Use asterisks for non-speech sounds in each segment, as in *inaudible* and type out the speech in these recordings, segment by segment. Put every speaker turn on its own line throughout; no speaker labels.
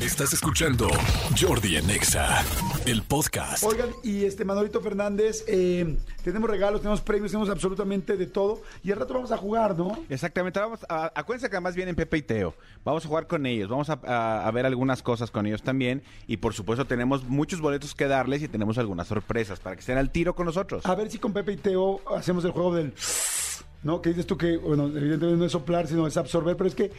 Estás escuchando Jordi en Exa, el podcast.
Oigan, y este Manolito Fernández, eh, tenemos regalos, tenemos premios, tenemos absolutamente de todo. Y al rato vamos a jugar, ¿no?
Exactamente, vamos a, acuérdense que además vienen Pepe y Teo. Vamos a jugar con ellos, vamos a, a- a ver algunas cosas con ellos también. Y por supuesto, tenemos muchos boletos que darles y tenemos algunas sorpresas para que estén al tiro con nosotros.
A ver si con Pepe y Teo hacemos el juego del. ¿No? Que dices tú que, bueno, evidentemente no es soplar, sino es absorber, pero es que,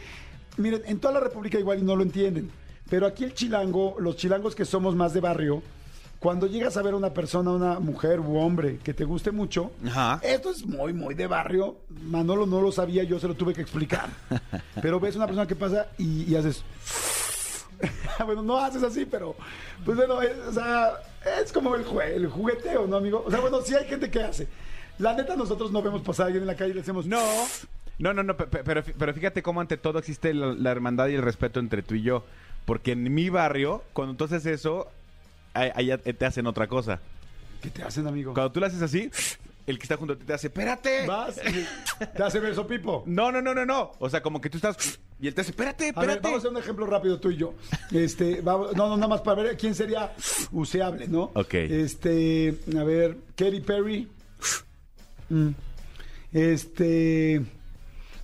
miren, en toda la República igual y no lo entienden. Pero aquí el chilango, los chilangos que somos más de barrio, cuando llegas a ver a una persona, una mujer u hombre que te guste mucho,
Ajá.
esto es muy, muy de barrio. Manolo no lo sabía, yo se lo tuve que
*laughs*
explicar. Pero ves una persona que pasa y, y haces. *laughs* bueno, no haces así, pero. Pues bueno, es, o sea, es como el, jue- el jugueteo, ¿no, amigo? O sea, bueno, sí hay gente que hace. La neta, nosotros no vemos pasar a alguien en la calle y le hacemos.
No. No, no, no, pe- pe- pero, fí- pero fíjate cómo ante todo existe la, la hermandad y el respeto entre tú y yo. Porque en mi barrio, cuando tú haces eso, a- allá te hacen otra cosa.
¿Qué te hacen, amigo?
Cuando tú lo haces así, el que está junto a ti te hace, espérate.
Vas y te hace beso pipo.
No, no, no, no, no. O sea, como que tú estás... Y él te hace, espérate,
A ver,
espérate.
vamos a hacer un ejemplo rápido tú y yo. Este, vamos, no, no, nada más para ver quién sería useable, ¿no?
Ok.
Este, a ver, Katy Perry. Mm. Este,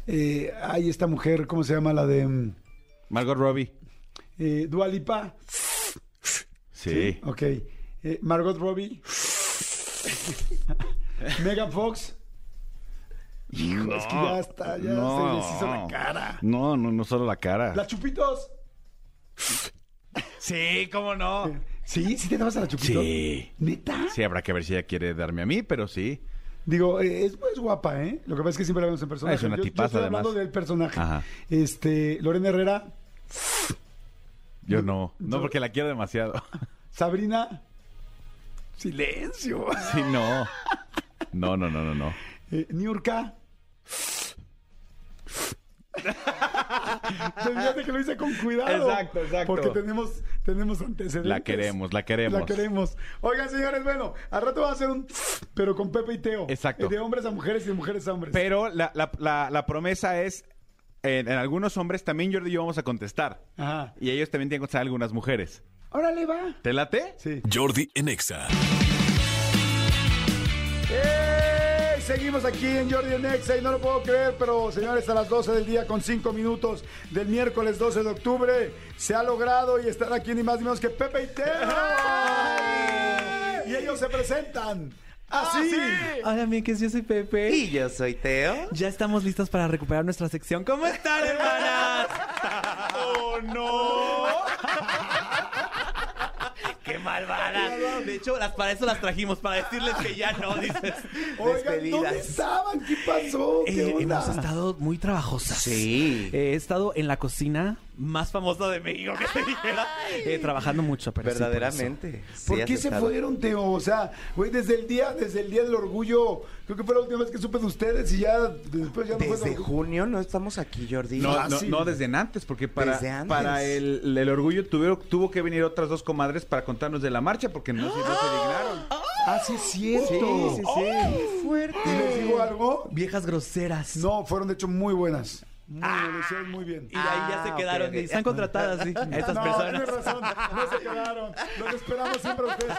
eh, hay esta mujer, ¿cómo se llama? La de mm,
Margot Robbie.
eh, Dua Lipa.
Sí.
Ok. Eh, Margot Robbie. *laughs* Megan Fox. Hijo, es que ya está, ya se les hizo la cara.
No, no, no solo la cara.
La Chupitos.
Sí, cómo no.
Sí, sí te dabas a la Chupitos.
Sí.
¿Neta?
Sí, habrá que ver si ella quiere darme a mí, pero sí.
Digo, eh, es, es guapa, ¿eh? Lo que pasa es que siempre la vemos en personaje.
Ah, es una
Yo- yo,
tipaza,
estoy hablando
además.
del personaje.
Ajá.
Este, Lorena Herrera,
Yo no. No, porque la quiero demasiado. *laughs*
Sabrina. Silencio. *laughs*
Sí, no. No, no, no, no, no.
Eh, Niurka. *laughs* Te fíjate Pues que lo hice con cuidado.
Exacto, exacto.
Porque tenemos, tenemos antecedentes.
La queremos, la queremos.
La queremos. Oigan, señores, bueno, al rato vamos a hacer un... Pero con Pepe y Teo.
Exacto.
Eh, De hombres a mujeres y de mujeres a hombres.
Pero la, la- la- la promesa es, en, en algunos hombres también Jordi y yo vamos a contestar.
Ajá.
Y ellos también tienen que contestar a algunas mujeres.
Órale, va.
¿Te late?
Sí.
Jordi en Exa.
¡Ey! ¡Eh! Seguimos aquí en Jordi en Exa y no lo puedo creer, pero señores, a las 12 del día con 5 minutos del miércoles 12 de octubre se ha logrado y están aquí ni más ni menos que Pepe y Teo. Y ellos se presentan
Ah,
así.
Hola amigos, yo soy Pepe.
Y yo soy Teo.
ya estamos listos para recuperar nuestra sección. ¿Cómo están, hermanas?
¡Oh, no!
¡Qué malvadas! De hecho, las, para eso las trajimos, para decirles que ya no, dices.
Oigan, ¿dónde
Despedidas.
estaban? ¿Qué pasó? ¿Qué
Eh,
onda?
hemos estado muy trabajosas.
Sí.
Eh, he estado en la cocina más famosa de México, que se dijera. Eh, trabajando mucho, pero sí, por eso.
Verdaderamente.
¿Por
sí,
qué se
aceptado.
fueron, Teo? O sea, güey, desde el día, desde el día del orgullo, creo que fue la última vez que supe de ustedes y ya después ya no fue
Desde
el orgullo.
junio no estamos aquí, Jordi.
No,
Ah,
no,
sí.
no, desde antes, porque para,
Desde antes.
para el, el orgullo tuvieron, tuvo que venir otras dos comadres para contarnos de la marcha, porque no, se- no se dignaron.
Ah, sí, es cierto. Oh.
sí, sí. ¡Qué fuerte!
¿Y les digo algo?
Viejas groseras.
No, fueron de hecho muy buenas. Muy buenas, lo hicieron muy bien.
Ah. Y de ahí ya
Ah,
se
ok,
quedaron.
ok.
y Están contratadas, sí, estas
no,
personas.
tienes razón, no se quedaron. Los esperamos siempre a ustedes.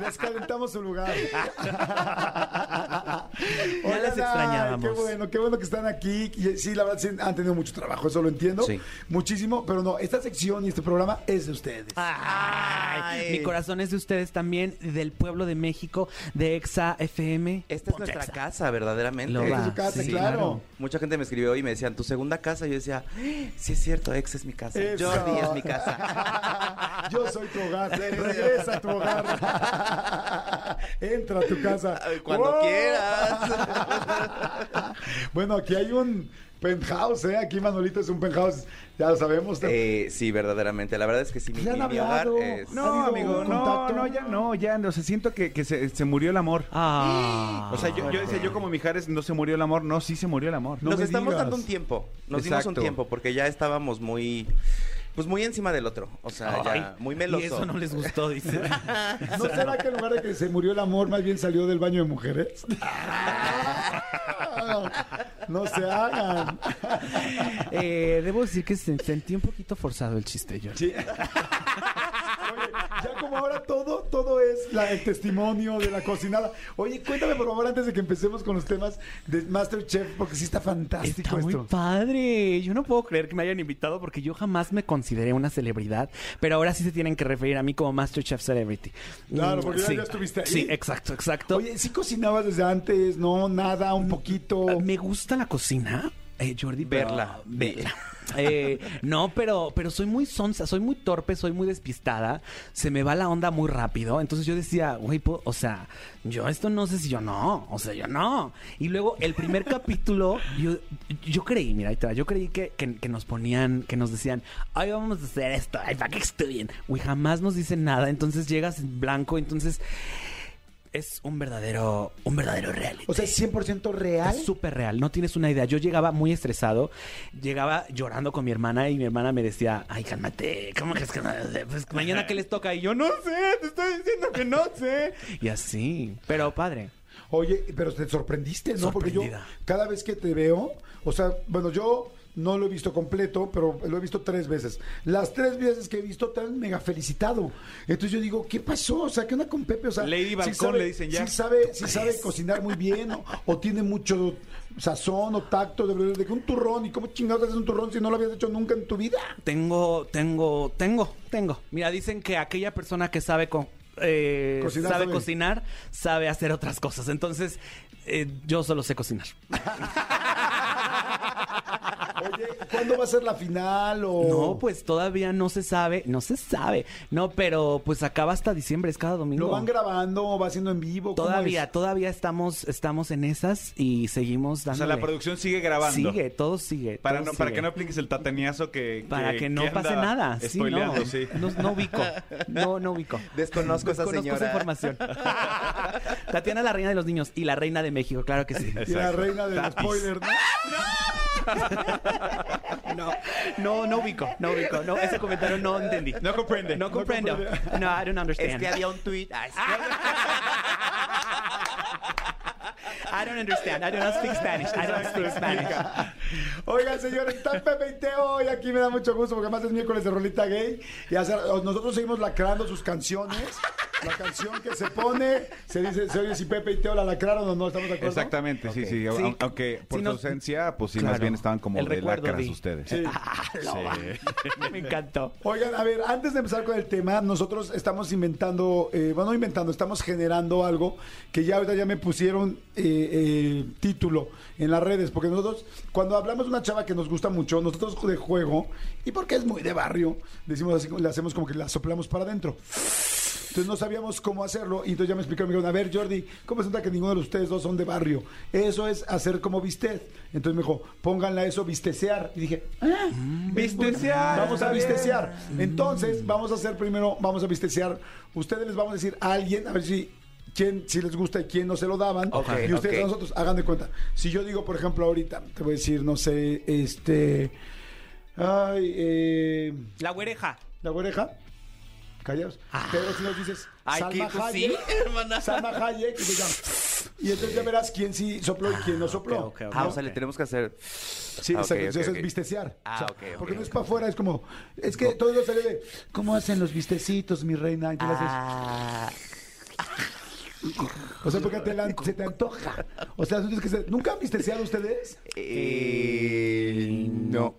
Les calentamos su lugar. Oigan,
les
ay,
extrañábamos.
Qué bueno, qué bueno que están aquí. Y, eh, Sí, la verdad, sí, han tenido mucho trabajo, eso lo entiendo.
Sí.
Muchísimo, pero no, esta sección y este programa es de ustedes.
Ah, Ay,
Ay.
Mi corazón es de ustedes también, del pueblo de México, de Exa FM.
Esta es nuestra casa, verdaderamente.
Lo
Esta es
va.
su casa,
sí,
claro.
claro.
Mucha gente me escribió y me decían, tu segunda casa. Yo decía, "Eh, sí es cierto, ex es mi casa.
Eso.
Jordi es mi
*laughs*
casa.
Yo soy tu hogar. Regresa a tu hogar. Entra a tu casa.
Ay, Cuando
¡Wow!
quieras.
*laughs* Bueno, aquí hay un penthouse, ¿eh? Aquí Manolito es un penthouse, ya lo sabemos.
Eh, sí, verdaderamente. La verdad es que sí, mi,
¿Le han
mi- mi hogar
hablado?
es...
No, ¿Ha
No,
habido
amigo,
un
no,
contacto?
no, ya no, ya no. O sea, siento que, que se, se murió el amor.
Ah.
O sea, yo, yo decía, yo como Mijares, no se murió el amor. No, sí se murió el amor.
No
Nos
me
estamos
digas.
dando un tiempo. Nos dimos
Exacto.
un tiempo porque ya estábamos muy... Pues muy encima del otro. O sea, ya muy meloso.
Y eso no les gustó, dice.
¿No
*laughs*
será que en lugar de que se murió el amor, más bien salió del baño de mujeres? *laughs* no, no se hagan.
Eh, debo decir que se- sentí un poquito forzado el chiste, yo.
Sí. Oye, ya como ahora todo, todo es la- el testimonio de la cocinada. Oye, cuéntame por favor antes de que empecemos con los temas de Masterchef, porque sí está fantástico
Está muy
esto.
padre. Yo no puedo creer que me hayan invitado porque yo jamás me consideré una celebridad, pero ahora sí se tienen que referir a mí como MasterChef Celebrity.
Claro,
Mm,
porque ya- ya estuviste ahí.
Sí, exacto, exacto.
Oye, ¿sí cocinabas desde antes? No, nada, un poquito.
Ah, Me gusta la cocina, eh, Jordi. pero-
Verla.
verla. *laughs* Eh, no, pero, pero soy muy sonsa, soy muy torpe, soy muy despistada. Se me va la onda muy rápido. Entonces yo decía, güey, po- o sea, yo esto no sé si yo no, o sea, yo no. Y luego el primer *laughs* capítulo, yo, yo creí, mira, ahí te va, yo creí que, que- que nos ponían, que nos decían, ay, vamos a hacer esto, ay, para que estudien. Güey, jamás nos dicen nada. Entonces llegas en blanco, entonces es un verdadero, un verdadero reality.
O sea, 100% real.
Es súper real, no tienes una idea. Yo llegaba muy estresado, llegaba llorando con mi hermana y mi hermana me decía, ay, cálmate, ¿cómo crees que no? Pues mañana que les toca y yo no sé, te estoy diciendo que no sé. Y así, pero padre.
Oye, pero te sorprendiste, ¿no? Porque yo
Sorprendida.
cada vez que te veo, o sea, bueno, yo no lo he visto completo, pero lo he visto tres veces. Las tres veces que he visto te han mega felicitado. Entonces yo digo, ¿qué pasó? O sea, ¿qué onda con Pepe? O sea,
Lady
sí
Balcón,
sabe-
le dicen ya.
Sí sabe, sí sabe cocinar muy bien o, o tiene mucho sazón o tacto de, de que un turrón. ¿Y cómo chingados haces un turrón si no lo habías hecho nunca en tu
*laughs*
vida?
Tengo, tengo, tengo, tengo. Mira, dicen que aquella persona que sabe co- eh,
Cocinar,
sabe
sabe.
cocinar, sabe hacer otras cosas. Entonces, eh, yo solo sé cocinar.
Oye, ¿cuándo va a ser la final? O...
No, pues todavía no se sabe, no se sabe. No, pero pues acaba hasta diciembre, es cada domingo.
¿Lo van grabando o va haciendo en vivo? ¿Cómo
Todavía,
es?
todavía estamos, estamos en esas y seguimos
O
dándole.
sea, la producción sigue grabando.
Sigue, todo sigue.
Para, no,
todo
para
sigue.
que no apliques el tataniazo que...
Para que no pase
anda
nada. Sí,
spoileando,
no,
sí.
no, no ubico. No, no ubico. *laughs*
Desconozco a esa
Desconozco
señora.
información.
*laughs*
Tatiana, la reina de los niños y la reina de México, claro que sí.
Y la
Exacto.
reina del
Tatis.
spoiler, ¿no?
No, no, no ubico, no ubico. No, ese comentario no entendí.
No comprende.
No comprendo. No, I don't
Es
understand.
que había un tweet. Ay, sí.
I don't understand. I don't speak Spanish. I don't speak Spanish.
Oigan, señores, está *laughs* Pepe y Teo y aquí me da mucho gusto porque además es miércoles de Rolita Gay y hacer- nosotros seguimos lacrando sus canciones. La canción que se pone, se dice, se oye si Pepe y Teo la lacraron o no, ¿estamos de acuerdo?
Exactamente, sí, sí.
Sí.
Aun- Aunque por su
Sí, no-
ausencia, pues sí, más
Claro.
bien estaban como
El
de
recuerdo,
lacras
Di.
ustedes.
Sí.
Ah,
*laughs* Me encantó.
Oigan, a ver, antes de empezar con el tema, nosotros estamos inventando, eh, bueno, no inventando, estamos generando algo que ya ahorita ya me pusieron eh, eh, título en las redes, porque nosotros, cuando hablamos de una chava que nos gusta mucho, nosotros de juego, y porque es muy de barrio, decimos así, le hacemos como que la soplamos para adentro. Entonces no sabíamos cómo hacerlo y entonces ya me explicaron, me dijeron, a ver Jordi, ¿cómo se nota que ninguno de ustedes dos son de barrio? Eso es hacer como vistez. Entonces me dijo, pónganle a eso vistecear. Y dije, ah, vistecear. Vamos a vistecear. Entonces vamos a hacer primero, vamos a vistecear. Ustedes les vamos a decir a alguien, a ver si... Quién, si les gusta y quién no se lo daban.
Ok,
y ustedes
ok.
a nosotros, hagan de cuenta. Si yo digo, por ejemplo, ahorita, te voy a decir, no sé, este. Ay, eh.
La güereja.
La oreja. Callados. Pero si nos dices.
Ah. Ay,
Salma
¿qué? ¿Tú
Hayek.
sí, hermana?
Salma Hayek. Y, te llaman. Y entonces ya verás quién sí sopló y quién no sopló.
ok, ok.
Ah, o sea, le tenemos que hacer.
Sí,
Ah,
exacto.
ok, ok,
Entonces
ok.
es visteciar.
Ah, ok, ok,
Porque no es
ok.
para afuera, es como. Es que todo eso sale de. ¿Cómo hacen los vistecitos, mi reina? Y tú le haces,
Ah,
O sea, porque te la- se te antoja. O sea, tú tienes que ser- ¿nunca han visteciado
*laughs*
ustedes?
eh, no.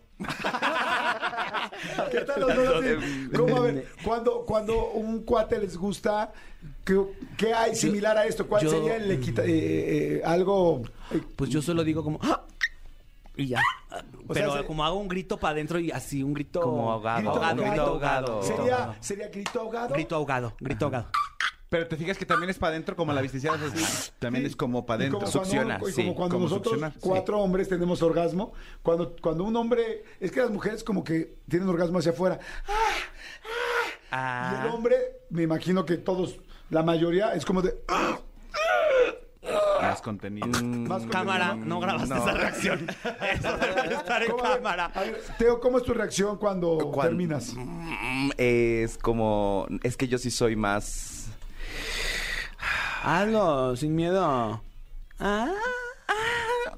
¿Qué tal los dos así? ¿Cómo a ver? Cuando, cuando un cuate les gusta, ¿qué, qué hay similar a esto? ¿Cuál
yo-
sería el equita- eh, eh, algo eh,
Pues yo solo digo como. "¡Ah!" Y ya.
O
Pero
sea, se-
como hago un grito para adentro y así un grito.
Como ahogado.
Grito ahogado.
Grito
Grito
ahogado.
ahogado. grito
¿Sería,
ahogado.
¿Sería grito ahogado?
Grito ahogado. Grito ahogado.
Pero te fijas que también es para adentro, como la visticidad. también es como para
Y como
adentro.
cuando-
Succiona,
y como
sí.
cuando
como
nosotros
succiona, sí.
cuatro hombres tenemos orgasmo, cuando, cuando un hombre, es que las mujeres como que tienen orgasmo hacia afuera,
Ah.
y el hombre, me imagino que todos, la mayoría es como de, "Ah",
Más
*laughs*
contenido.
más como-
Cámara, no grabaste esa reacción. Eso debe estar en
¿Cómo va?
cámara.
A ver, Teo, ¿cómo es tu reacción cuando,
Cuan-
terminas?
Mm, Es como. Es que yo sí soy más.
Hazlo, sin miedo. Ah, ah,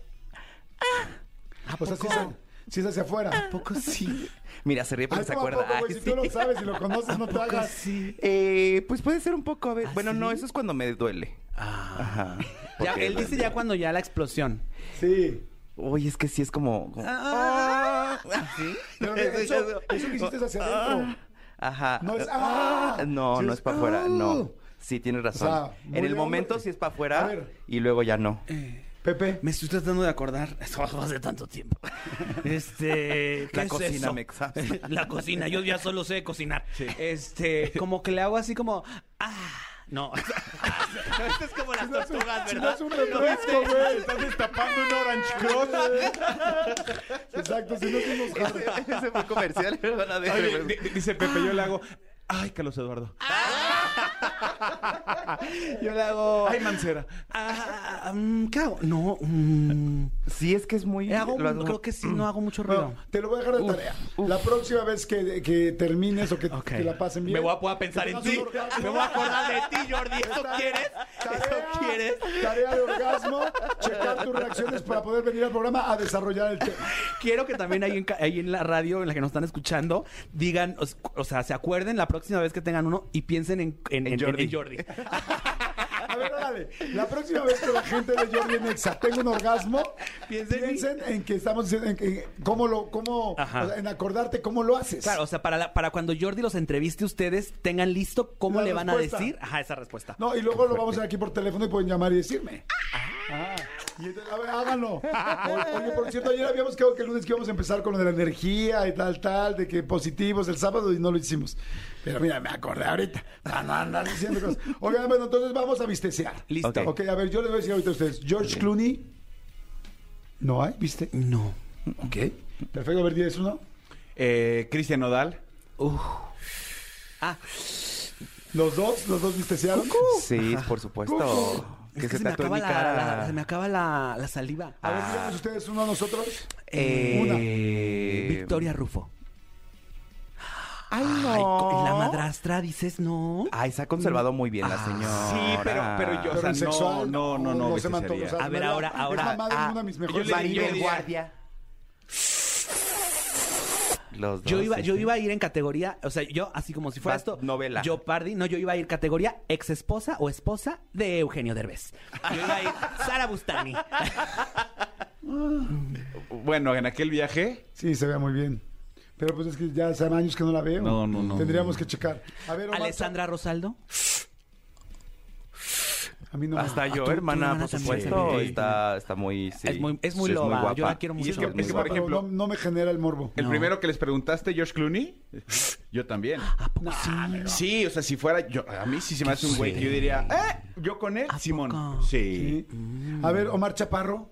O sea, si es, si es hacia afuera.
Poco sí.
Mira, se ríe porque
Ay,
se
poco a
acuerda.
poco, güey,
Ay,
si
sí.
tú
*laughs*
lo sabes y lo conoces, no te hagas.
Eh, pues puede ser un poco, a ver.
¿Ah,
bueno,
sí?
no, eso es cuando me duele. Ajá.
Ya,
Porque-
él dice ya cuando ya la explosión.
Sí.
Oye, es que sí es como. como- Ah, ¿Sí?
Pero mira, eso-
ya-
eso que hiciste es hacia adentro.
Ah, Ajá.
No es, ah.
No,
Sí
no
es,
es para afuera,
ah.
no. Sí, tienes razón.
sea, muy
en el
de
momento
hombre.
sí es para
A
afuera
ver. Eh.
y luego ya no.
Pepe.
Me estoy tratando de acordar. Eso hace tanto tiempo. Este. ¿qué
La
es
cocina,
eso?
me exas-
*laughs* La cocina. Yo ya solo sé cocinar. Este. Como que le hago así como. ¡Ah! No. *laughs* no esto es como las
No es un- *laughs*
tortugas,
si no
¿verdad?
es un refresco, güey.
Estás destapando un orange cross.
Exacto, si no es
*laughs*
unos jarros.
Ese, *laughs* ese fue comercial, *laughs* le van a ver.
Oye, di- di- dice Pepe, yo le hago. Ay, Carlos Eduardo.
*laughs* Yo le hago.
Ay, Mancera.
Ah, mm, ¿Qué hago? No. mm,
Sí, es que es muy.
Eh, hago,
lo hago-
creo que sí, no hago mucho ruido.
Bueno, te lo voy a dejar de tarea. La próxima vez que, que termines o que,
Ok.
que la pasen bien.
Me voy a poder pensar
que
en
tengas
ti.
un orgasmo.
Me voy a acordar de ti, Jordi. ¿Eso
Esta-
quieres? ¿Eso
Tarea,
quieres?
Tarea de orgasmo, checar tus reacciones para poder venir al programa a desarrollar el tema.
Quiero que también ahí en, ca- ahí en la radio, en la que nos están escuchando, digan, os- o, sea, se acuerden la próxima vez que tengan uno y piensen en, en-
En
en-
Jordi.
*laughs*
en Jordi.
A ver, órale. La próxima vez que la gente de Jordi Nexa tenga un orgasmo,
Piensen
piensen,
en-
en que estamos diciendo, en, que- en cómo lo, cómo,
Ajá.
o sea, en acordarte cómo lo haces.
Claro, o sea, para, la- para cuando Jordi los entreviste ustedes, tengan listo cómo
La
le van
respuesta.
a decir. Ajá, esa respuesta.
No, y luego lo vamos a hacer aquí por teléfono y pueden llamar y decirme. Ah, y entonces, a ver, háganlo. O- Oye, por cierto, ayer habíamos quedado que el lunes que íbamos a empezar con lo de la energía y tal, tal, de que positivos el sábado y no lo hicimos. Pero mira, me acordé ahorita. Para no andar diciendo cosas. Oigan, bueno, entonces vamos a vistecear.
Listo.
Ok.
Ok, a ver, yo les voy a decir ahorita a ustedes. George Clooney. No hay, ¿viste?
No.
Ok. Perfecto, a ver, 10 uno.
Eh, Cristian Odal.
Uf. Ah,
Los dos, los dos vistecearon.
Sí, por supuesto.
*laughs* es
Que
que
se,
se, me
tatúe
acaba
mi
la,
cara. Ah,
la- se me acaba la, la saliva.
A ver, díganos ustedes uno a nosotros.
Eh,
Victoria Rufo.
Ay,
Ay,
no.
co- la madrastra, dices, no.
Ay, se ha conservado muy bien la
Ah,
señora.
sí, pero- pero yo-
Pero
O sea,
en sexual,
no, no, no,
se me antoja,
vistecería.
o sea,
A ver,
me la-
ahora, ahora,
Es mamá de
ah,
una de mis mejores
yo le diría-
amigas.
Maribel
diría-
Guardia. Los dos.
Yo iba, yo
sí.
iba a ir en categoría, o sea, yo así como si fuera
Vas
esto.
novela.
Yo Pardi, no, yo iba a ir categoría ex esposa o esposa de Eugenio Derbez. Yo iba a ir Sara
*laughs*
Bustani.
Bueno, en aquel viaje.
Sí, se ve muy bien. Pero pues es que ya hace años que no la veo.
No, no, no.
Tendríamos que checar. A ver, Omar,
Alessandra Rosaldo.
A mí no me-
Hasta
Ah,
yo,
tú- tu
hermana,
hermana
por
también
supuesto.
se ve.
Está, está muy. sí.
Es muy- es muy
Sí,
loba,
guapa.
yo la quiero
Y
mucho.
Es que, es que,
Es que,
por
por ejemplo,
ejemplo-
no, no me genera el morbo.
El
No.
primero que les preguntaste, George Clooney. Yo también.
¿A poco
Ah,
sí?
Sí, o sea, si fuera yo, a mí sí se me hace un güey que yo diría, ¿eh? Yo con él,
¿A
Simón.
poco?
Sí.
Sí. A ver, Omar Chaparro.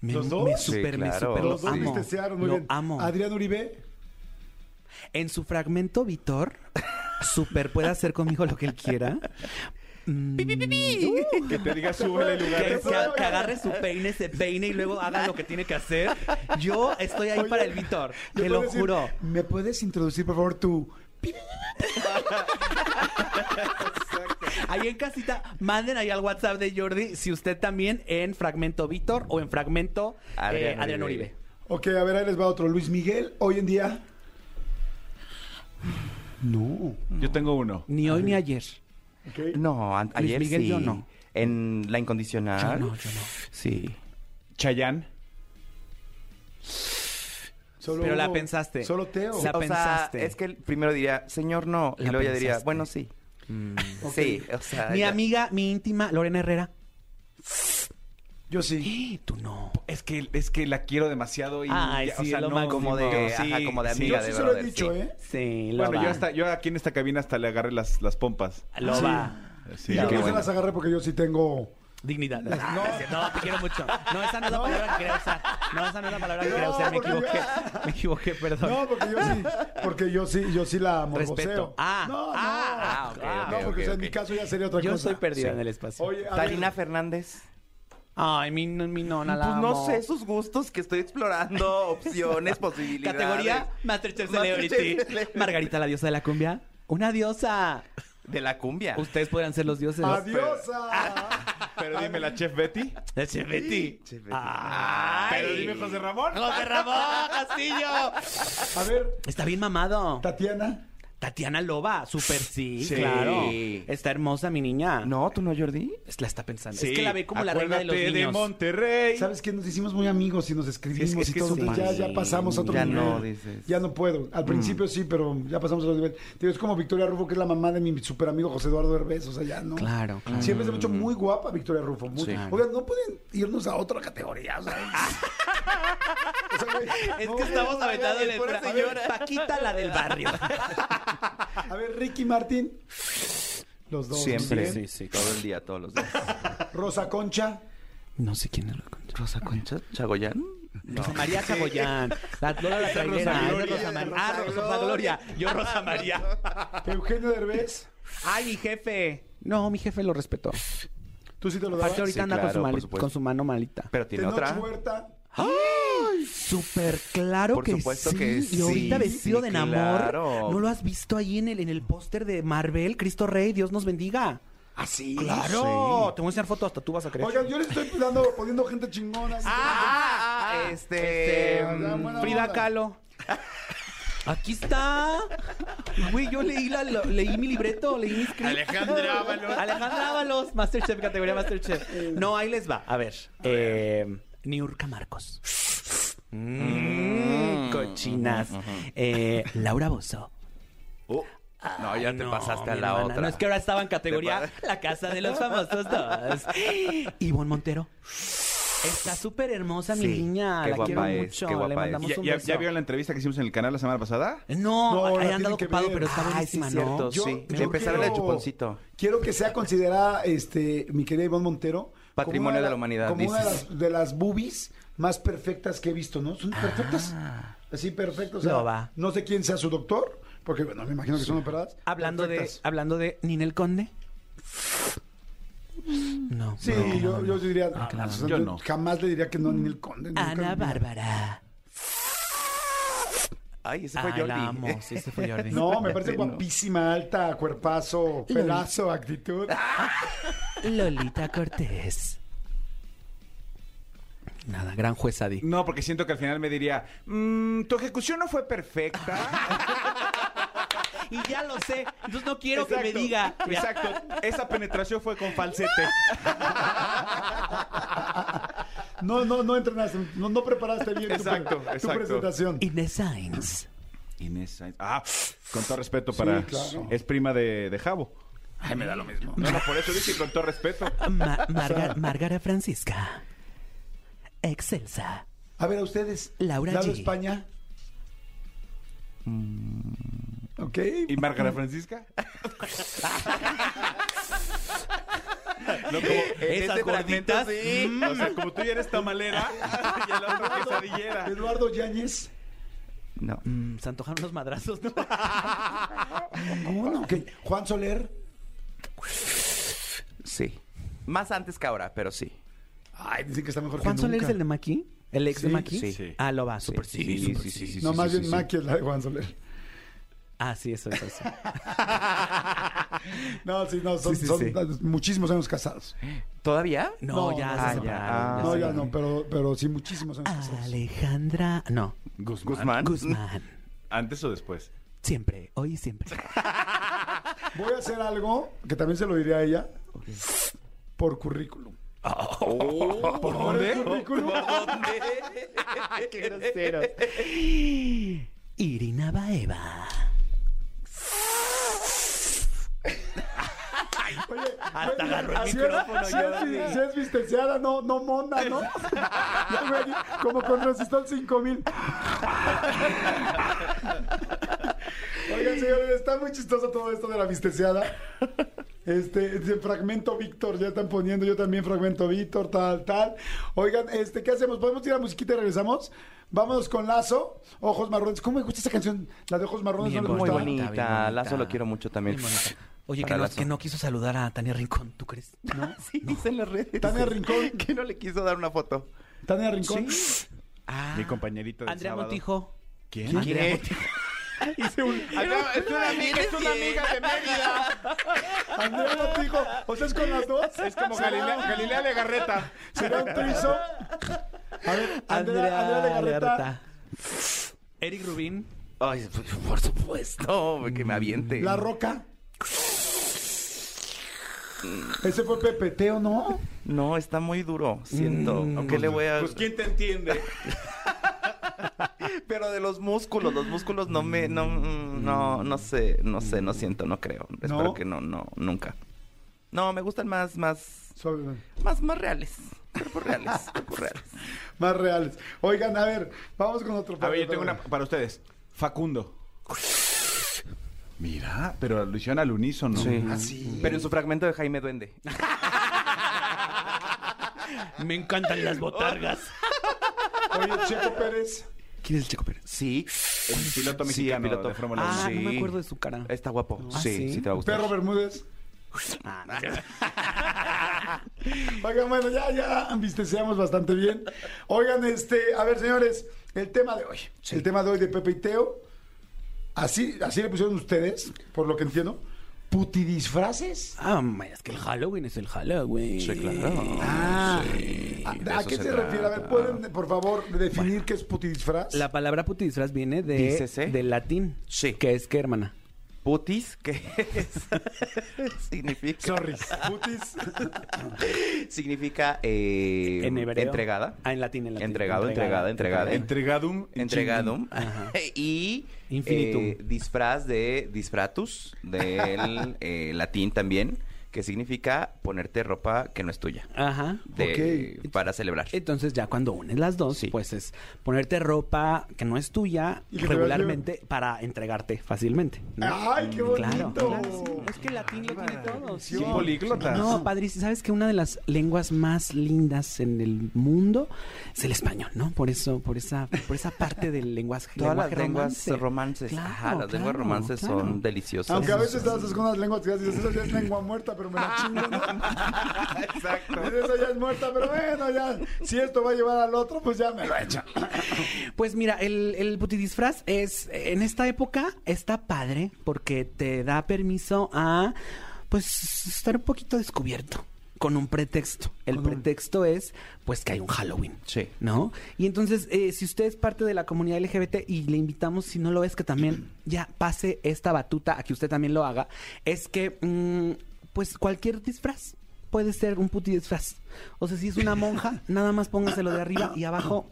Me,
¿Los dos?
me super,
Sí,
me
claro.
super,
Pero
lo
los dos
amo.
vistecearon muy
Lo
bien.
amo.
Adrián Uribe.
En su fragmento, Vitor, super puede hacer conmigo lo que él quiera. Mm,
Que te diga, súbele el lugar.
que,
ese".
que a- que agarre su peine, se peine y luego haga lo que tiene que hacer. Yo estoy ahí
Oye,
para el Vitor,
¿le
te lo
puedes decir,
juro.
¿Me puedes introducir, por favor, tu...
Ahí en casita, manden ahí al WhatsApp de Jordi si usted también en Fragmento Víctor o en Fragmento eh, Adrián,
Adrián
Uribe.
Uribe.
Ok, a ver, ahí les va otro. Luis Miguel, hoy en día... No.
*laughs* Yo tengo uno.
Ni hoy
Ah.
ni ayer.
Ok.
No, an-
Luis
ayer
Miguel,
sí.
yo no.
En La Incondicional.
Yo no, yo no.
Sí.
Chayán.
Solo
Pero la
uno.
pensaste.
Solo Teo.
La
o
pensaste.
sea, es que el primero diría, señor, no. Y
La
luego ella diría,
pensaste. Mm.
bueno, sí.
Ok.
Sí, o sea.
Mi
ya-
amiga, mi íntima, Lorena Herrera.
Yo sí.
Eh, Tú no.
Es que, es que la quiero demasiado y.
Ay, sí, es lo máximo.
Como de-
yo
ajá, como de
sí,
amiga
Yo
yo
de-
sí
sí.
se lo he
brother,
dicho,
sí.
¿eh.
Sí, lo
Bueno,
va.
yo, hasta, yo aquí en esta cabina hasta le agarré las, las pompas.
Lo va.
Sí,
yo
qué
no se
bueno.
las agarré porque yo sí tengo.
Dignidad. No. no, te quiero mucho. No, esa no es la palabra que quería usar. No, esa no es la palabra que quería
No,
usar. Me
porque-
equivoqué. Me equivoqué, perdón.
No, porque yo sí, porque yo sí, yo sí la morboseo.
Respeto. Ah,
no, no.
ah, ah, ok,
ok,
No, porque o sea, en
ok,
mi
ok.
caso ya sería otra
yo
cosa.
soy perdida en el espacio.
Oye, a
Talina
ver,
Fernández.
Ay, mi, mi nona la
Pues no
amo.
sé sus gustos que
*laughs*
estoy explorando opciones, posibilidades.
Categoría Masterchef
Masterchef
Celebrity.
Celebrity.
Margarita, la diosa de la cumbia. Una diosa.
De la cumbia.
Ustedes podrán ser los dioses.
adiosa.
Pero dime la chef Betty.
Ese Betty.
Chef Betty.
Ay.
Pero dime José Ramón.
José Ramón Castillo.
A ver,
Está bien mamado.
Tatiana.
Tatiana Loba, súper sí,
Sí.
claro. Está hermosa mi niña.
No, tú no, Jordi.
Es- La está pensando.
Sí,
Es que la ve como la reina de los
acuérdate
niños.
de Monterrey.
¿Sabes qué? Nos hicimos muy amigos y nos escribimos
Sí, es que- es
y
que
todo.
es un
entonces ya,
pan.
ya pasamos a otro
Ya
nivel.
no, dices.
Ya no puedo. Al principio sí, pero ya pasamos a otro nivel. Te digo, es como Victoria Rufo, que es la mamá de mi super amigo José Eduardo Herbés. O sea, ya no.
Claro, claro.
Siempre se me ha hecho muy guapa Victoria Rufo. Muy,
Sí.
Oigan, no pueden irnos a otra categoría. O sea, o sea, güey,
Es
no,
que estamos
a ver,
aventando
a ver,
el
por eso, a ver,
Paquita la del barrio.
A ver, Ricky Martín. Los dos.
Siempre.
bien.
Sí, sí,
Todo el día, todos los días. *laughs*
Rosa Concha.
No sé quién es la contra.
Rosa Concha, Chagoyán.
Rosa María Caboyán. La Lola la
Rosa
traidera. Rosa
Gloria.
Rosa Mar- ah, Rosa Gloria. Yo Rosa María.
Eugenio Derbez.
Ay, mi jefe. No, mi jefe lo respetó.
Tú sí te lo dabas.
Aparte ahorita
Sí,
anda
claro,
con, su
por
mali-
supuesto.
con su mano malita.
Pero tiene
Tenoch
otra.
Huerta.
¡Ay! Súper claro
Por
que
supuesto
sí.
que
Y ahorita
sí,
vestido
sí,
de
claro.
Namor. ¿No lo has visto ahí en el, en el póster de Marvel? Cristo Rey, Dios nos bendiga.
Ah,
Así.
Claro. Te voy a enseñar fotos, hasta tú vas a creer.
Oigan, yo les estoy dando- poniendo gente chingona.
Ah, este.
Este, ya, bueno.
Frida
onda.
Kahlo. Aquí está. Güey, yo leí, la- lo- leí mi libreto, leí mi script.
Alejandra Ábalos.
Alejandra Ábalos, Masterchef, categoría Masterchef. No, ahí les va. A ver. eh, Niurka Marcos. Mm, cochinas. Eh, Laura Bozo.
Uh, no, ya te
No,
pasaste a
mi
la
hermana,
otra.
No, es que ahora estaba en
Te
categoría La Casa de los Famosos 2. Ivonne Montero. Está súper hermosa mi
Sí,
niña.
qué
la quiero
guapa es,
mucho.
qué guapa
Le
es.
mandamos
¿Ya,
un
ya-
beso.
ya vieron la entrevista que hicimos en el canal la semana pasada?
No,
No, la
ahí
tienen
andado
que
ocupado,
ver.
pero está
Ay, sí,
buenísima,
es
¿no?
cierto. sí. Empezar el chuponcito.
Quiero que sea considerada, este, mi querida Ivonne Montero. como
Patrimonio
una
de la humanidad,
Como una de
dices.
las, de las boobies más perfectas que he visto, ¿no? Son perfectas.
Ah.
Así perfectas. o sea,
Lo va.
No sé quién sea su doctor, porque, bueno, me imagino que son operadas.
Hablando de,
Perfectas.
hablando de Ninel Conde. No.
Sí,
no,
yo,
no,
yo
no.
diría.
Ah,
o sea,
yo
yo
no.
Jamás le diría que no ni el conde. nunca.
Ana Bárbara.
Ay, ese fue
Ay,
Jordi.
la amo. Sí, se fue Jordi.
*laughs* No, me parece
*laughs* No.
guapísima, alta, cuerpazo, pelazo, actitud.
Ah,
Lolita Cortés. Nada, gran jueza di.
No, porque siento que al final me diría, "Mm, tu ejecución no fue perfecta.
Y ya lo sé. Entonces no *laughs* quiero que
Exacto,
me diga.
Exacto, esa penetración fue con falsete.
No, no, no entrenaste, no, no preparaste bien tu-
Exacto,
tu,
exacto.
presentación.
Inés Sainz.
Inés Sainz. Ah, con todo respeto para...
Sí, claro.
Es prima de, de Jabo. Ay, me da lo mismo. No, no, por eso dije con todo respeto.
Ma- Marga- Márgara Francisca. Excelsa.
A ver, a ustedes.
Laura
Lalo
G.
España. Ok.
¿Y Margarita *laughs* Francisca? No, como
Esas
ese fragmento,
gorditas.
sí. O sea, como tú ya eres *laughs* tamalera y el otro quesadillera.
Eduardo Yáñez.
No.
Mm, Se antojaron los madrazos, ¿no?
Bueno, ok. Juan Soler.
Sí. Más antes que ahora, pero sí.
Ay, dicen que está mejor
¿Juan
que nunca.
Soler es el de Maki? ¿El ex
Sí,
de Maki?
sí.
Ah, lo va, súper sí. súper sí.
No, más bien Maki es la de Juan Soler.
Ah, sí, eso es eso.
No, sí, no, son,
Sí, sí,
son
sí.
muchísimos años casados.
¿Todavía?
No,
No,
ya
no,
se
no.
separaron,
Ah,
ya
no,
se
ya no,
separaron.
pero, pero sí, muchísimos
Ah,
años casados.
Alejandra. No,
Guzmán.
Guzmán.
¿Antes o después?
Siempre, hoy y siempre.
Voy a hacer algo que también se lo diría a ella. Por currículum.
¿Por
¿Por
dónde?
currículum?
Irina Baeva.
Oye,
Hasta agarró el
así
micrófono,
era, si es,
Jordi.
si es vistenciada, no, no mona, ¿no? *laughs* Ya, güey, como con resistol 5000. Oigan, señores, está muy chistoso todo esto de la vistenciada. Este, este fragmento Víctor, ya están poniendo yo también fragmento Víctor, tal, tal. Oigan, este, ¿qué hacemos? ¿Podemos ir a musiquita y regresamos? Vámonos con Lazo, Ojos Marrones. ¿Cómo me gusta esa canción? La de Ojos Marrones,
Bien
¿no les
Muy
gusta?
bonita,
bonita.
bien bonita.
Lazo lo quiero mucho también.
Bien bonita. Oye, que
Para
no,
Lazo.
que no quiso saludar a Tania Rincón, ¿tú crees? *laughs*
¿No? Sí, dice en las redes.
Tania Rincón.
*laughs* Que no le quiso dar una foto.
Tania Rincón.
Ah,
Mi compañerita de
Andrea
sábado.
Montijo.
¿Quién?
este Andrea
¿Qué?
Montijo.
Hice un.
Acá- Ah, Es una amiga, es una amiga de *laughs* Mérida.
Andrea Montijo. O sea, es con las dos.
Es como Galilea, Galilea Legarreta.
Sería un trizo. A ver, Andrea,
Andrea
Andrea Legarreta.
Legarreta. Eric Rubin.
Ay, *laughs* por supuesto, que me aviente.
La Roca. Ese fue pepeteo, ¿no?
No, está muy duro, siento. Aunque le voy a...
Pues quién te entiende.
Pero de los músculos, los músculos no me... No, mm, no, no sé, no sé, no siento, no creo. Espero que no, no, nunca. No, me gustan más, más...
Sobre-
Más, más reales. Cuerpos *laughs* reales, cuerpos reales.
Más reales. Oigan, a ver, vamos con otro.
*laughs* A ver, yo tengo una para ustedes. Facundo. Mira, pero lo hicieron al unísono. Ah,
Así. Pero en su fragmento de Jaime Duende.
Me encantan las botargas.
Oye, Checo Pérez.
¿Quién es el Checo Pérez?
Sí.
El piloto
Sí, el
mexicano
piloto.
de Fórmula
Ah,
1.
no
sí.
me acuerdo de su cara.
Está guapo.
Ah,
sí,
¿sí?
sí, te va a gustar.
Perro Bermúdez.
Ah, no es cierto.
Oigan, bueno, ya, ya visteseamos bastante bien. Oigan, este, a ver, señores, el tema de hoy. El tema de hoy de Pepe y Teo. Así, así le pusieron ustedes, por lo que entiendo. Putidisfraces.
*laughs* Ah, ma, es que el Halloween es el Halloween.
Sí, claro.
Ah,
Sí,
¿a,
de
a
eso
qué se,
se
refiere? A ver,
trata.
¿pueden, por favor, definir qué es putidisfraz?
La palabra putidisfraz viene de,
Dícese.
del latín.
Sí.
Que es que, hermana.
Putis, *laughs* ¿qué es? significa.
Sorry. Putis.
Significa. eh,
En hebreo.
Entregada.
Ah, en latín, en latín.
Entregado, entregada, entregada.
Entregadum.
Entregado. *laughs* Y.
Infinitum.
eh, disfraz de disfratus,
*laughs*
del eh, latín también, que significa ponerte ropa que no es tuya.
Ajá.
De,
Ok.
Para celebrar.
Entonces ya cuando unes las dos, pues es ponerte ropa que no es tuya
Y que te
regularmente para entregarte fácilmente. ¿no?
¡Ay, qué
Claro,
bonito!
claro, sí. Es que el latín lo tiene todo. sí.
Sí, políglota.
No, padrísimo. ¿Sabes que una de las lenguas más lindas en el mundo es el español, no? Por eso, por esa, por esa parte del lenguaje
Todas las
lenguaje
lenguas
romance.
romances.
Claro,
Ajá, las
claro,
lenguas romances
claro.
son deliciosas.
Aunque a veces te haces con unas lenguas que dices, esa ya es lengua muerta, pero me la chingo, ¿no?
Ah. Exacto.
Dices, *laughs* esa ya es muerta, pero bueno, ya. Si esto va a llevar al otro, pues ya me lo echan.
Pues mira, el, el putidisfraz es, en esta época, está padre porque te da permiso a, pues, estar un poquito descubierto con un pretexto. El pretexto es, pues, que hay un Halloween.
Sí.
¿No? Y entonces, eh, si usted es parte de la comunidad LGBT y le invitamos, si no lo es, que también ya pase esta batuta a que usted también lo haga, es que, mm, pues, cualquier disfraz puede ser un putidisfraz. O sea, si es una monja, nada más póngaselo de arriba y abajo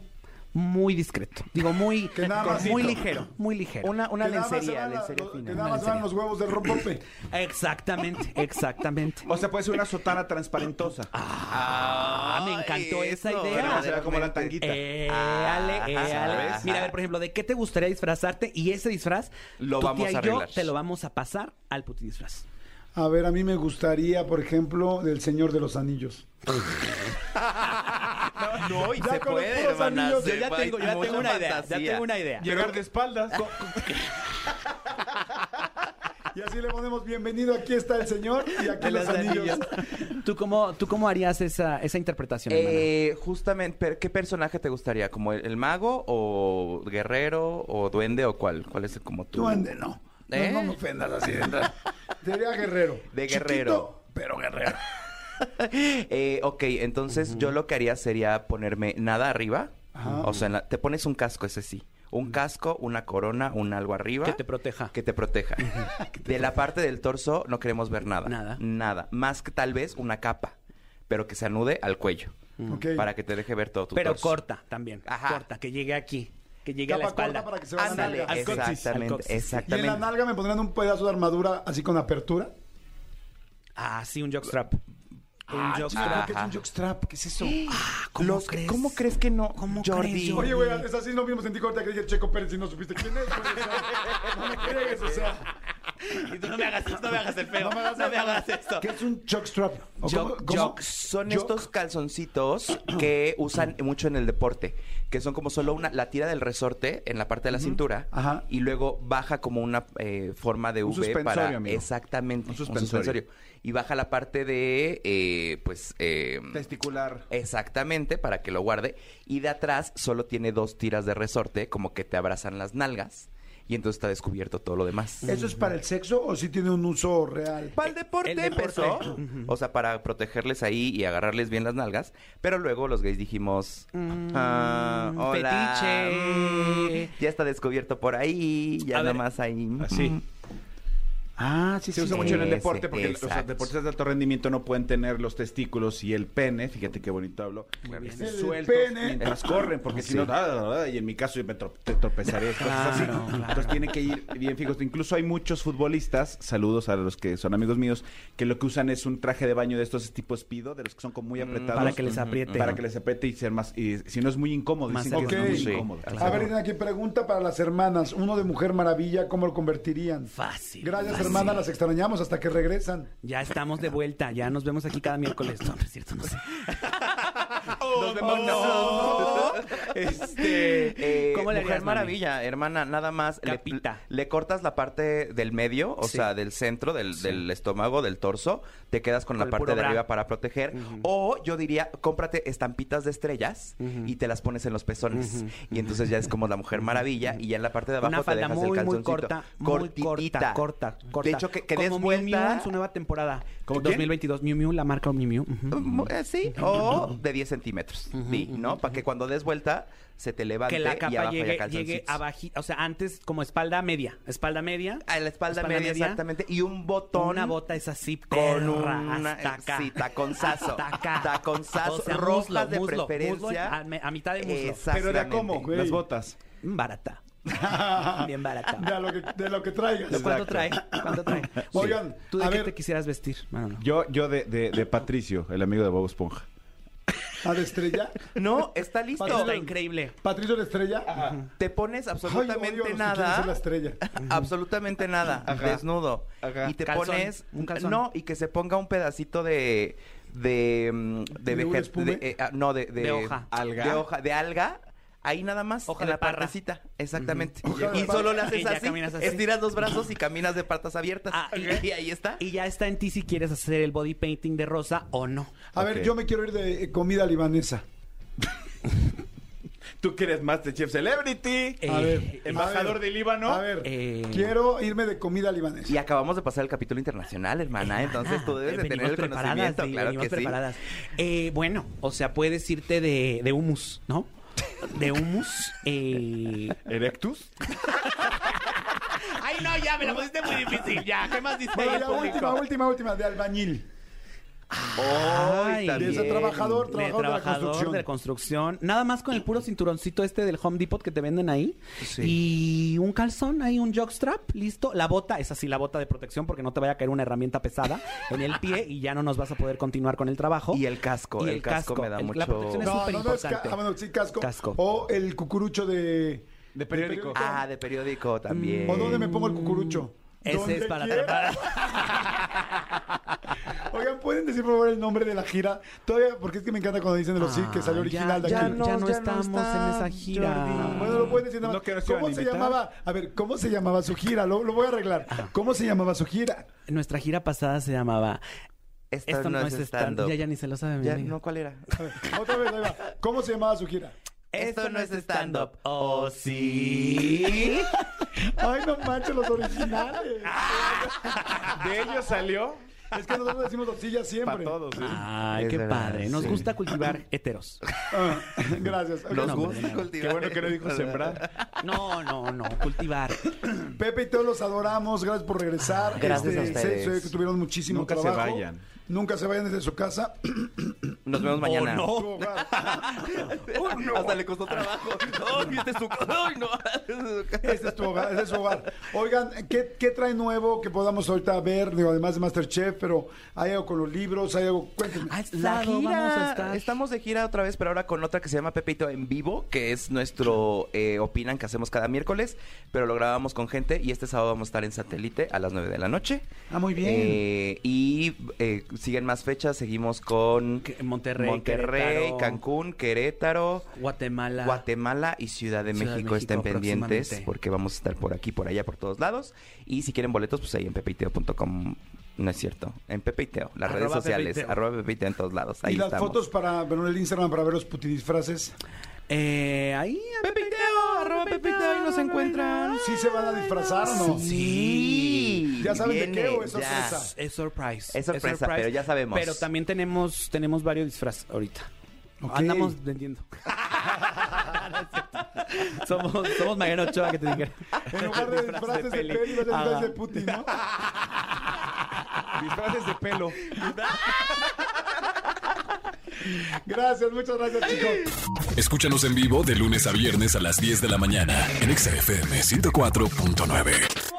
muy discreto. Digo, muy,
Que nada más-
muy ligero, muy ligero.
Una, *laughs* una
Que nada más se
lencería,
van la-
lencería
lo-
fina.
Que nada
una
más van
lencería.
los huevos del rompope.
Exactamente, exactamente.
O sea, puede ser una sotana transparentosa.
Ah, me encantó esa idea.
pero
O sea, como la tanguita.
Eh,
Ah,
ale, eh, ale.
¿sabes?
Mira, a ver, por ejemplo, ¿de qué te gustaría disfrazarte? Y ese disfraz,
Lo
tu
vamos
tía
a
y yo
arreglar.
te lo vamos a pasar al putidisfraz.
A ver, a mí me gustaría, por ejemplo, del Señor de los Anillos.
No, y
Ya
se
con los
puede,
puros
hermana.
anillos,
se
yo ya
puede, hay mucha fantasía.
idea.
Llegar de espaldas.
Y así le ponemos bienvenido, aquí está el Señor y
*laughs*
aquí
De
los,
los
anillos.
anillos. *laughs* ¿Tú cómo, ¿Tú cómo harías esa, esa interpretación? hermana?
Eh, justamente, per- ¿qué personaje te gustaría? ¿Como el, el mago o guerrero o duende o cuál? ¿Cuál es como tú?
Tú ande, no. No,
¿Eh?
No, me ofendas así de entrada. Sería guerrero.
De
Chiquito,
guerrero.
pero guerrero.
*laughs* Eh, ok, entonces yo lo que haría sería ponerme nada arriba.
Ajá.
O sea, en la- te pones un casco, ese sí. Un casco, una corona, un algo arriba.
que te proteja.
que te proteja. *laughs* De la parte del torso no queremos ver nada.
Nada.
Nada. Más que tal vez una capa, pero que se anude al cuello.
Ok.
Mm, Para que te deje ver todo tu
Pero
torso.
corta también.
Ajá.
Corta, que llegue aquí. Que llegue a la
Capa corta
espalda.
para que se vea la
Ándale,
nalga.
Al coxis, al
exactamente,
coxis.
Y en la
exactamente.
nalga me pondrían un pedazo de armadura así con apertura.
Ah, sí, un jockstrap.
Ah,
jockstrap.
¿Qué es un jockstrap? ¿Qué es eso?
¿Cómo
Los-
crees?
¿Cómo crees que no,
¿Cómo crees,
Jordi?
Jordi?
Oye, güey, es así lo mismo sentí corta que dije Checo Pérez y no supiste quién es. güey, o sea, no me crees, o sea.
Y tú *laughs* no me hagas, no me hagas el feo.
No me hagas el-
esto.
¿Qué es un jockstrap? ¿O cómo-
Jock-
cómo?
jocks son
Jock.
estos calzoncitos que usan mucho en el deporte, que son como solo una la tira del resorte en la parte de la cintura
Ajá.
y luego baja como una eh, forma de
Un
V
suspensorio,
para
amigo.
exactamente
Un suspensorio.
y baja la parte de eh, pues eh,
*laughs* Testicular.
exactamente para que lo guarde y de atrás solo tiene dos tiras de resorte como que te abrazan las nalgas. y entonces está descubierto todo lo demás.
¿Eso es para el sexo o si tiene un uso real?
Para el deporte
El deporte.
empezó. O sea, para protegerles ahí y agarrarles bien las nalgas. Pero luego los gays dijimos. "Ah, hola,
Mm, fetiche.
mm, ya está descubierto por ahí. Ya
A
nada
ver,
más ahí.
así.
mm".
Ah, sí,
Se
sí.
usa
sí.
mucho en el
Ese,
deporte porque los
exacto.
deportistas de alto rendimiento no pueden tener los testículos y el pene. Fíjate qué bonito hablo. Este,
El
Sueltos
pene.
mientras corren, porque si no, da, da, da, y en mi caso yo me tro- te tropezaré. cosas así.
Claro, claro.
Entonces tiene que ir bien fijos. Incluso hay muchos futbolistas, saludos a los que son amigos míos, que lo que usan es un traje de baño de estos tipo espido, de los que son como muy apretados.
para que les apriete.
Para que les apriete y ser más. y si no es muy incómodo,
Más
dicen que
cercano.
es muy
Ok.
incómodo.
Sí.
A ver, Irene, aquí pregunta para las hermanas. Uno de Mujer Maravilla, ¿cómo lo convertirían?
Fácil.
Gracias,
fácil.
hermanas, las extrañamos hasta que regresan.
Ya estamos de vuelta, ya nos vemos aquí cada miércoles. No, no es cierto,
*laughs*
no sé.
Nos vemos.
Este,
Eh,
¿Cómo le
Mujer
harías, mami?
Maravilla, hermana, nada más le-
Capita.
Le, cortas la parte del medio, o
Sí.
sea, del centro, del, del estómago, del torso, te quedas con,
Con
la
el
parte
puro
de
bra.
arriba para proteger, o yo diría, cómprate estampitas de estrellas y te las pones en los pezones, y entonces ya es como la Mujer Maravilla, y ya en la parte de abajo
Una
te
falda
dejas el
muy,
calzoncito.
muy corta, muy corta,
cortitita.
corta, corta.
De hecho, que, que
Como
des
Miu
vuelta...
Miu en su nueva temporada.
¿Como quién?
2022, Miu Miu, la marca Miu Miu. ujú.
Mm, eh, Sí, o de 10 centímetros, di, ¿no? Para que cuando des vuelta se te levante
Que la
y
capa
abajo
llegue,
ya calzoncitos.
llegue abajito, o sea, antes como espalda media, espalda media.
A la espalda, media, exactamente. Y un botón.
Una bota es así,
Mm. con
perra,
una-
hasta acá.
sí, taconzazo.
Hasta acá.
Taconzazo,
O sea,
rojas
muslo,
de
muslo,
preferencia.
muslo a, me- a mitad de muslo.
Exactamente.
Pero de a cómo,
Güey.
las botas.
Mm, Barata. Bien barata.
De lo que, de lo que traigas.
¿Cuánto trae? ¿Cuánto trae?
Oigan,
¿Tú de
a
qué
ver.
te quisieras vestir? Ah, Manolo?
Yo, yo de, de- de Patricio, el amigo de Bob Esponja.
¿A de estrella?
No, está
Esto
listo.
está increíble.
¿Patricio de estrella?
Te pones
Ay, odio a
absolutamente
los que quieren ser la
nada.
estrella.
*laughs* Absolutamente nada.
Ajá.
Desnudo.
Ajá.
Y te
Calzón,
pones.
un calzón.
No, y que se ponga un pedacito de. De. mm, De,
¿De un
veget-
espume?
de, eh, ah, no, de,
De hoja.
Alga. De hoja. De alga. Ahí nada más,
Hoja
en
de
la
parra.
partecita. Exactamente.
Ujú. Hoja de
Y
parra.
solo le haces
Y ya
así,
caminas así.
Estiras los brazos y caminas de patas abiertas.
Ah,
*laughs* y, ahí está.
Y ya está en ti si quieres hacer el body painting de rosa o no.
A ver,
Ok.
yo me quiero ir de eh, comida libanesa.
Tú que eres Masterchef Celebrity,
Eh,
A ver.
embajador
a ver,
de Líbano.
A ver,
Eh.
quiero irme de comida libanesa.
Y acabamos de pasar el capítulo internacional, hermana.
Ah,
Entonces tú debes de tener el conocimiento, claro que sí.
sí. Eh, bueno, o sea, puedes irte de, de humus, ¿no? De humus.
*laughs*
Eh...
Erectus.
Ay, no, ya, me la pusiste muy difícil. Ya, ¿qué más dice
Bueno, ya, última, última, última, de albañil.
Ay,
de
también.
ese trabajador, trabajador
de
de la construcción.
de la construcción. Nada más con el puro cinturoncito este del Home Depot que te venden ahí. Y un calzón ahí, un jockstrap, listo. La bota, es así, la bota de protección porque no te vaya a caer una herramienta pesada en el pie y ya no nos vas a poder continuar con el trabajo.
Y el casco,
Y
el casco me da
el- La
mucho-
protección es
No,
súper
no, no es ca-
importante.
ah, bueno, sí, casco.
Casco.
O el cucurucho de...
De periódico.
Ah, de periódico también.
¿O dónde me pongo el cucurucho?
Ese es
Donde
para
quiera. *laughs*
atrapar.
Oigan, ¿pueden decir por favor el nombre de la gira? Todavía, porque es que me encanta cuando dicen de los sí, que salió
Ah, ya,
original de
ya
aquí.
no, ya no estamos en esa gira.
Jordi.
Bueno, lo pueden decir nada
No
más.
que nos
¿Cómo
iban a
se
invitar.
llamaba? A ver, ¿cómo se llamaba su gira? Lo, lo voy a arreglar. ¿Cómo se llamaba su gira?
Nuestra gira pasada se llamaba
Esta
Esto no, es stand
stand-up.
Ya, ya ni se lo sabe mi
Ya,
amiga.
no, ¿cuál *laughs* era?
A ver, otra vez, ahí va. ¿Cómo se llamaba su gira?
Esto no es stand-up. Oh,
¿O
¿O
sí?
*laughs*
Ay, no manches, los originales.
De ellos salió
Es que nosotros decimos los sillas
para
siempre.
todos. ¿eh?
Ay,
Es
qué
verdad,
padre. Nos
sí.
gusta cultivar heteros.
Ah, gracias. Ok,
Los
No,
gustos
hombre.
cultivados.
Qué bueno que no dijo
*laughs*
sembrar.
No, no, no.
*laughs*
Cultivar.
Pepe y todos los adoramos. Gracias por regresar. Este,
Gracias a ustedes.
sé que tuvieron muchísimo
Nunca se
trabajo.
vayan.
Nunca se vayan desde su casa.
Nos vemos mañana.
no.
*laughs*
Tu hogar.
Hasta le costó trabajo. Oh, *laughs* ¡Ay, viste su... ¡Ay, *laughs* no!
Este es tu hogar, este es su hogar. Oigan, ¿qué, qué trae nuevo que podamos ahorita ver? Digo, además de Masterchef, pero hay algo con los libros, hay algo. Cuéntenme.
Ah, es
La
sábado,
gira,
vamos a estar.
estamos de gira otra vez, pero ahora con otra que se llama Pepito en vivo, que es nuestro eh, Opinan que hacemos cada miércoles, pero lo grabamos con gente y este sábado vamos a estar en satélite a las 9 de la noche.
Ah, muy bien.
Eh, y eh, siguen más fechas, seguimos con
Que- Monterrey,
Monterrey,
Querétaro.
Cancún, Querétaro,
Guatemala.
Guatemala y Ciudad de
Ciudad de
México estén
México
pendientes
próximamente.
porque vamos a estar por aquí, por allá, por todos lados. Y si quieren boletos, pues ahí en pepeiteo.com. No es cierto. En pepeiteo, las
Arroba
redes sociales.
Pepeiteo.
Arroba pepeiteo en todos lados. Ahí
y las
estamos.
fotos para ver el Instagram para ver los putidisfraces.
Eh, ahí. Pepiteo,
arroba Pepito, ahí nos encuentran.
¿Sí se van a disfrazar o no?
Sí.
¿Ya saben de qué o es
ya.
sorpresa?
Es surprise.
Es sorpresa, pero ya sabemos.
Pero también tenemos, tenemos varios disfraz ahorita.
Ok.
Andamos vendiendo. *laughs* somos, somos Mariano Ochoa, que te dijera.
En lugar de disfraces de
peli.
peli, vas a
Ajá.
disfraz de Putin, ¿no?
Disfraces de pelo.
Gracias, muchas gracias, chicos.
Escúchanos en vivo de lunes a viernes a las 10 de la mañana en Exa FM 104.9.